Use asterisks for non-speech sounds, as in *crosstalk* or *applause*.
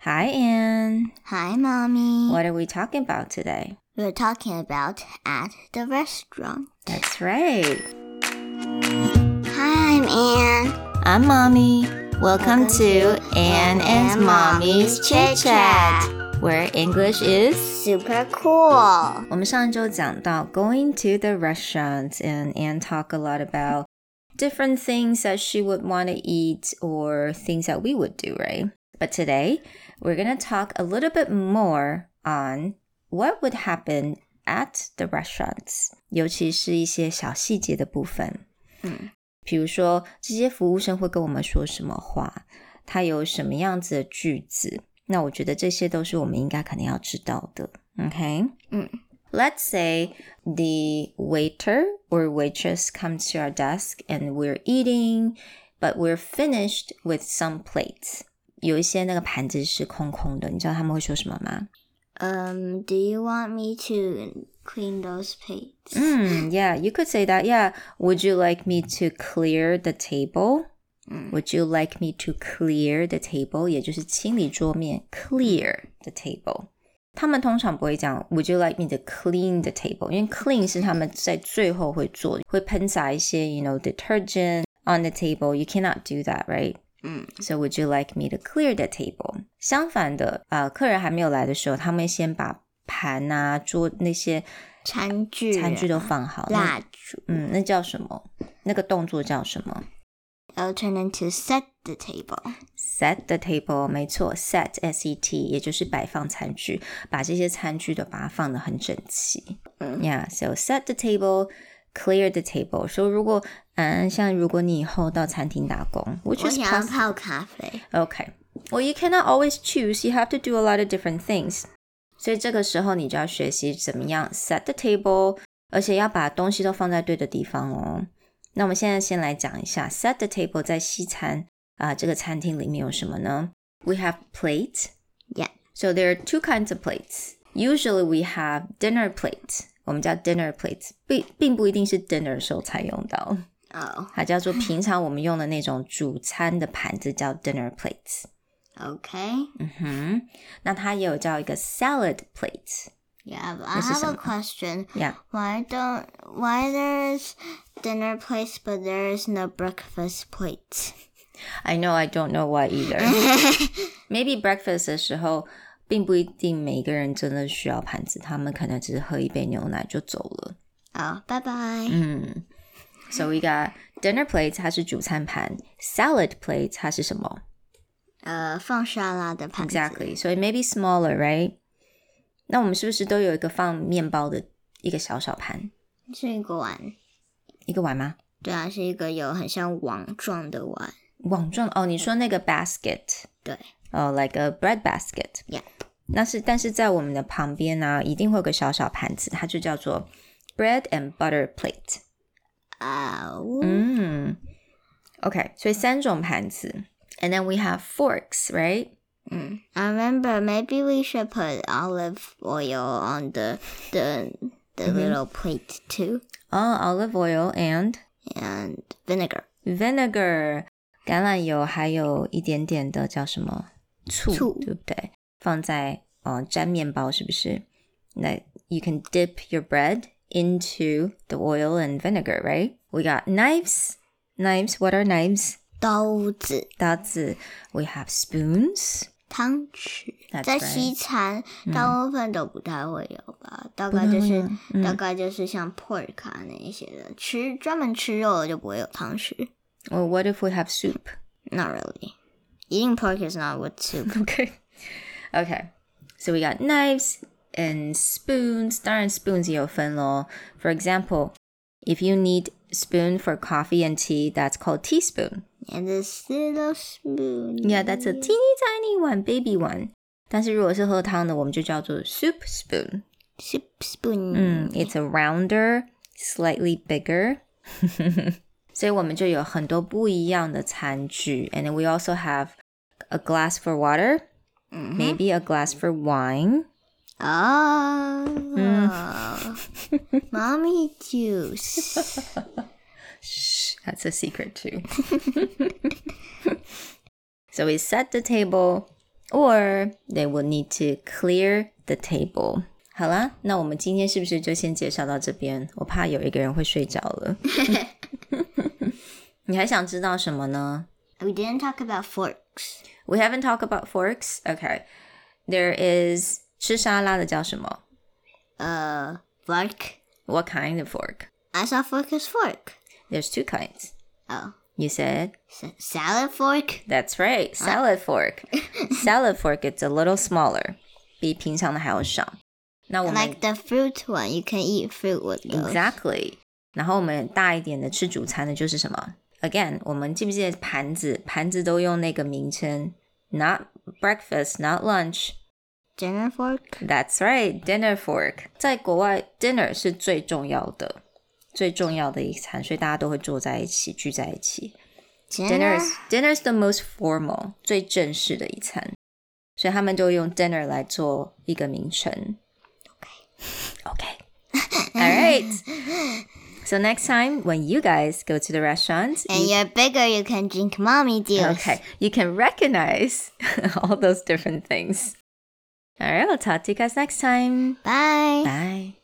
Hi, Anne. Hi, Mommy. What are we talking about today? We're talking about at the restaurant. That's right. Hi, I'm Anne. I'm Mommy. Welcome, Welcome to to Anne and Anne Mommy's Mommy's Chit Chit Chat, Chat where English is. Super cool. 我们上一周讲到 going to the restaurant, and Anne talked a lot about different things that she would want to eat or things that we would do, right? But today, we're going to talk a little bit more on what would happen at the restaurants，尤其是一些小细节的部分。嗯，比如说这些服务生会跟我们说什么话，他有什么样子的句子，那我觉得这些都是我们应该肯定要知道的。OK，嗯，Let's say the waiter or waitress comes to our desk and we're eating, but we're finished with some plates. 有一些那个盘子是空空的，你知道他们会说什么吗？ Um, do you want me to clean those plates? 嗯，Yeah, Mm, you could say that. Yeah, would you like me to clear the table? 嗯 Would you like me to clear the table？也就是清理桌面，clear the table。他们通常不会讲 Would you like me to clean the table？因为 clean 是他们在最后会做，会喷洒一些 you know detergent on the table. You cannot do that, right? 嗯 So would you like me to clear the table？相反的，呃，客人还没有来的时候，他们先把盘啊、桌那些餐具、餐具都放好。那蜡烛。嗯，那叫什么？那个动作叫什么？ It'll turn into set the table. Set the table，没错，set s e t，也就是摆放餐具，把这些餐具都把它放得很整齐。嗯 Yeah，so set the table，clear the table。说如果嗯，像如果你以后到餐厅打工，which 我 is 想要 possible。泡咖啡。 Okay. Well, you cannot always choose. You have to do a lot of different things. 所以这个时候你就要学习怎么样 set the table，而且要把东西都放在对的地方哦。那我们现在先来讲一下 set the table 在西餐啊、这个餐厅里面有什么呢？We have plate. Yeah. So there are two kinds of plates. Usually we have dinner plate. 我们叫 dinner plate，并并不一定是 dinner 时候才用到。 Oh, 它叫做平常我们用的那种主餐的盘子叫 dinner plates。 okay. 嗯哼，那它也有叫一个 salad plate。 Yeah, but I This is have a some- question. Yeah, Why don't why there's dinner place but there is no breakfast plate? I know. I don't know why either. *laughs* Maybe breakfast 的时候，并不一定每个人真的需要盘子，他们可能只是喝一杯牛奶就走了。 Oh, bye bye. Mm. So we got dinner plate，它是主餐盘；salad plate 它是什么呃，Uh, 放沙拉的盘子。 ？Exactly. So it may be smaller, right? 那我们是不是都有一个放面包的一个小小盘，是一个碗。一个碗吗？对啊，是一个有很像网状的碗。网状哦，你说那个 basket。对，呃、l i k e a bread basket。 Yeah. 那是，但是在我们的旁边呢、一定会有个小小盘子，它就叫做 bread and butter plate。啊、Mm. 嗯，OK，所以三种盘子。And then we have forks, right? 嗯，I remember maybe we should put olive oil on the the the Mm-hmm. little plate too Oh, olive oil and and vinegar vinegar，橄榄油，还有一点点的叫什么醋，醋对不对？放在呃沾面包是不是？那 you can dip your bread into the oil and vinegar, right? We got knives. Knives. What are knives? 刀子刀子。We have spoons. 汤匙。 That's 在 right. 西餐大部分都不太会有吧，大不概太就会是有、嗯大概就是像 pork 啊那一些的，吃专门吃肉的就不会有汤匙。 Or what if we have soup? Not really. Eating pork is not with *laughs* soup. Okay. Okay. So we got knives and spoons. 当然 spoons 也有分咯. For example, if you need spoon for coffee and tea, that's called teaspoon. And this little spoon. Yeah, that's a teeny tiny one, baby one. 但是如果是喝汤的，我们就叫做 soup spoon. soup spoon. 嗯，it's a rounder, slightly bigger. *laughs* 所以我们就有很多不一样的餐具，and then we also have a glass for water, 嗯 maybe a glass for wine. Oh. Mm. *laughs* Mommy juice. That's a *laughs* secret too. so we set the table. or they will need to clear the table. 好啦，那我们今天是不是就先介绍到这边？我怕有一个人会睡着了。 *laughs* 你还想知道什么呢 We didn't talk about forks. ？We haven't talked about forks. Okay, there is 吃沙拉的叫什么 Uh, fork. ？What kind of fork? I saw fork is fork. There's two kinds. Oh, You said sa- salad fork. that's right. Ah. Salad fork. *laughs* Salad fork. It's a little smaller. 比平常的还要小。那我 I 们 Like the fruit one, you can eat fruit with those. Exactly. 然后我们大一点的吃主餐的就是什么？Again，我们记不记得盘子？盘子都用那个名称，not breakfast, not lunch. Dinner fork. That's right, dinner fork. 在国外，dinner 是最重要的，最重要的一餐，所以大家都会坐在一起，聚在一起。Dinner is dinner is the most formal，最正式的一餐，所以他们就用 dinner 来做一个名称。OK，OK。All right. So next time when you guys go to the restaurants, And you- you're bigger, you can drink mommy juice. okay, you can recognize *laughs* all those different things. All right, I'll talk to you guys next time. Bye. Bye.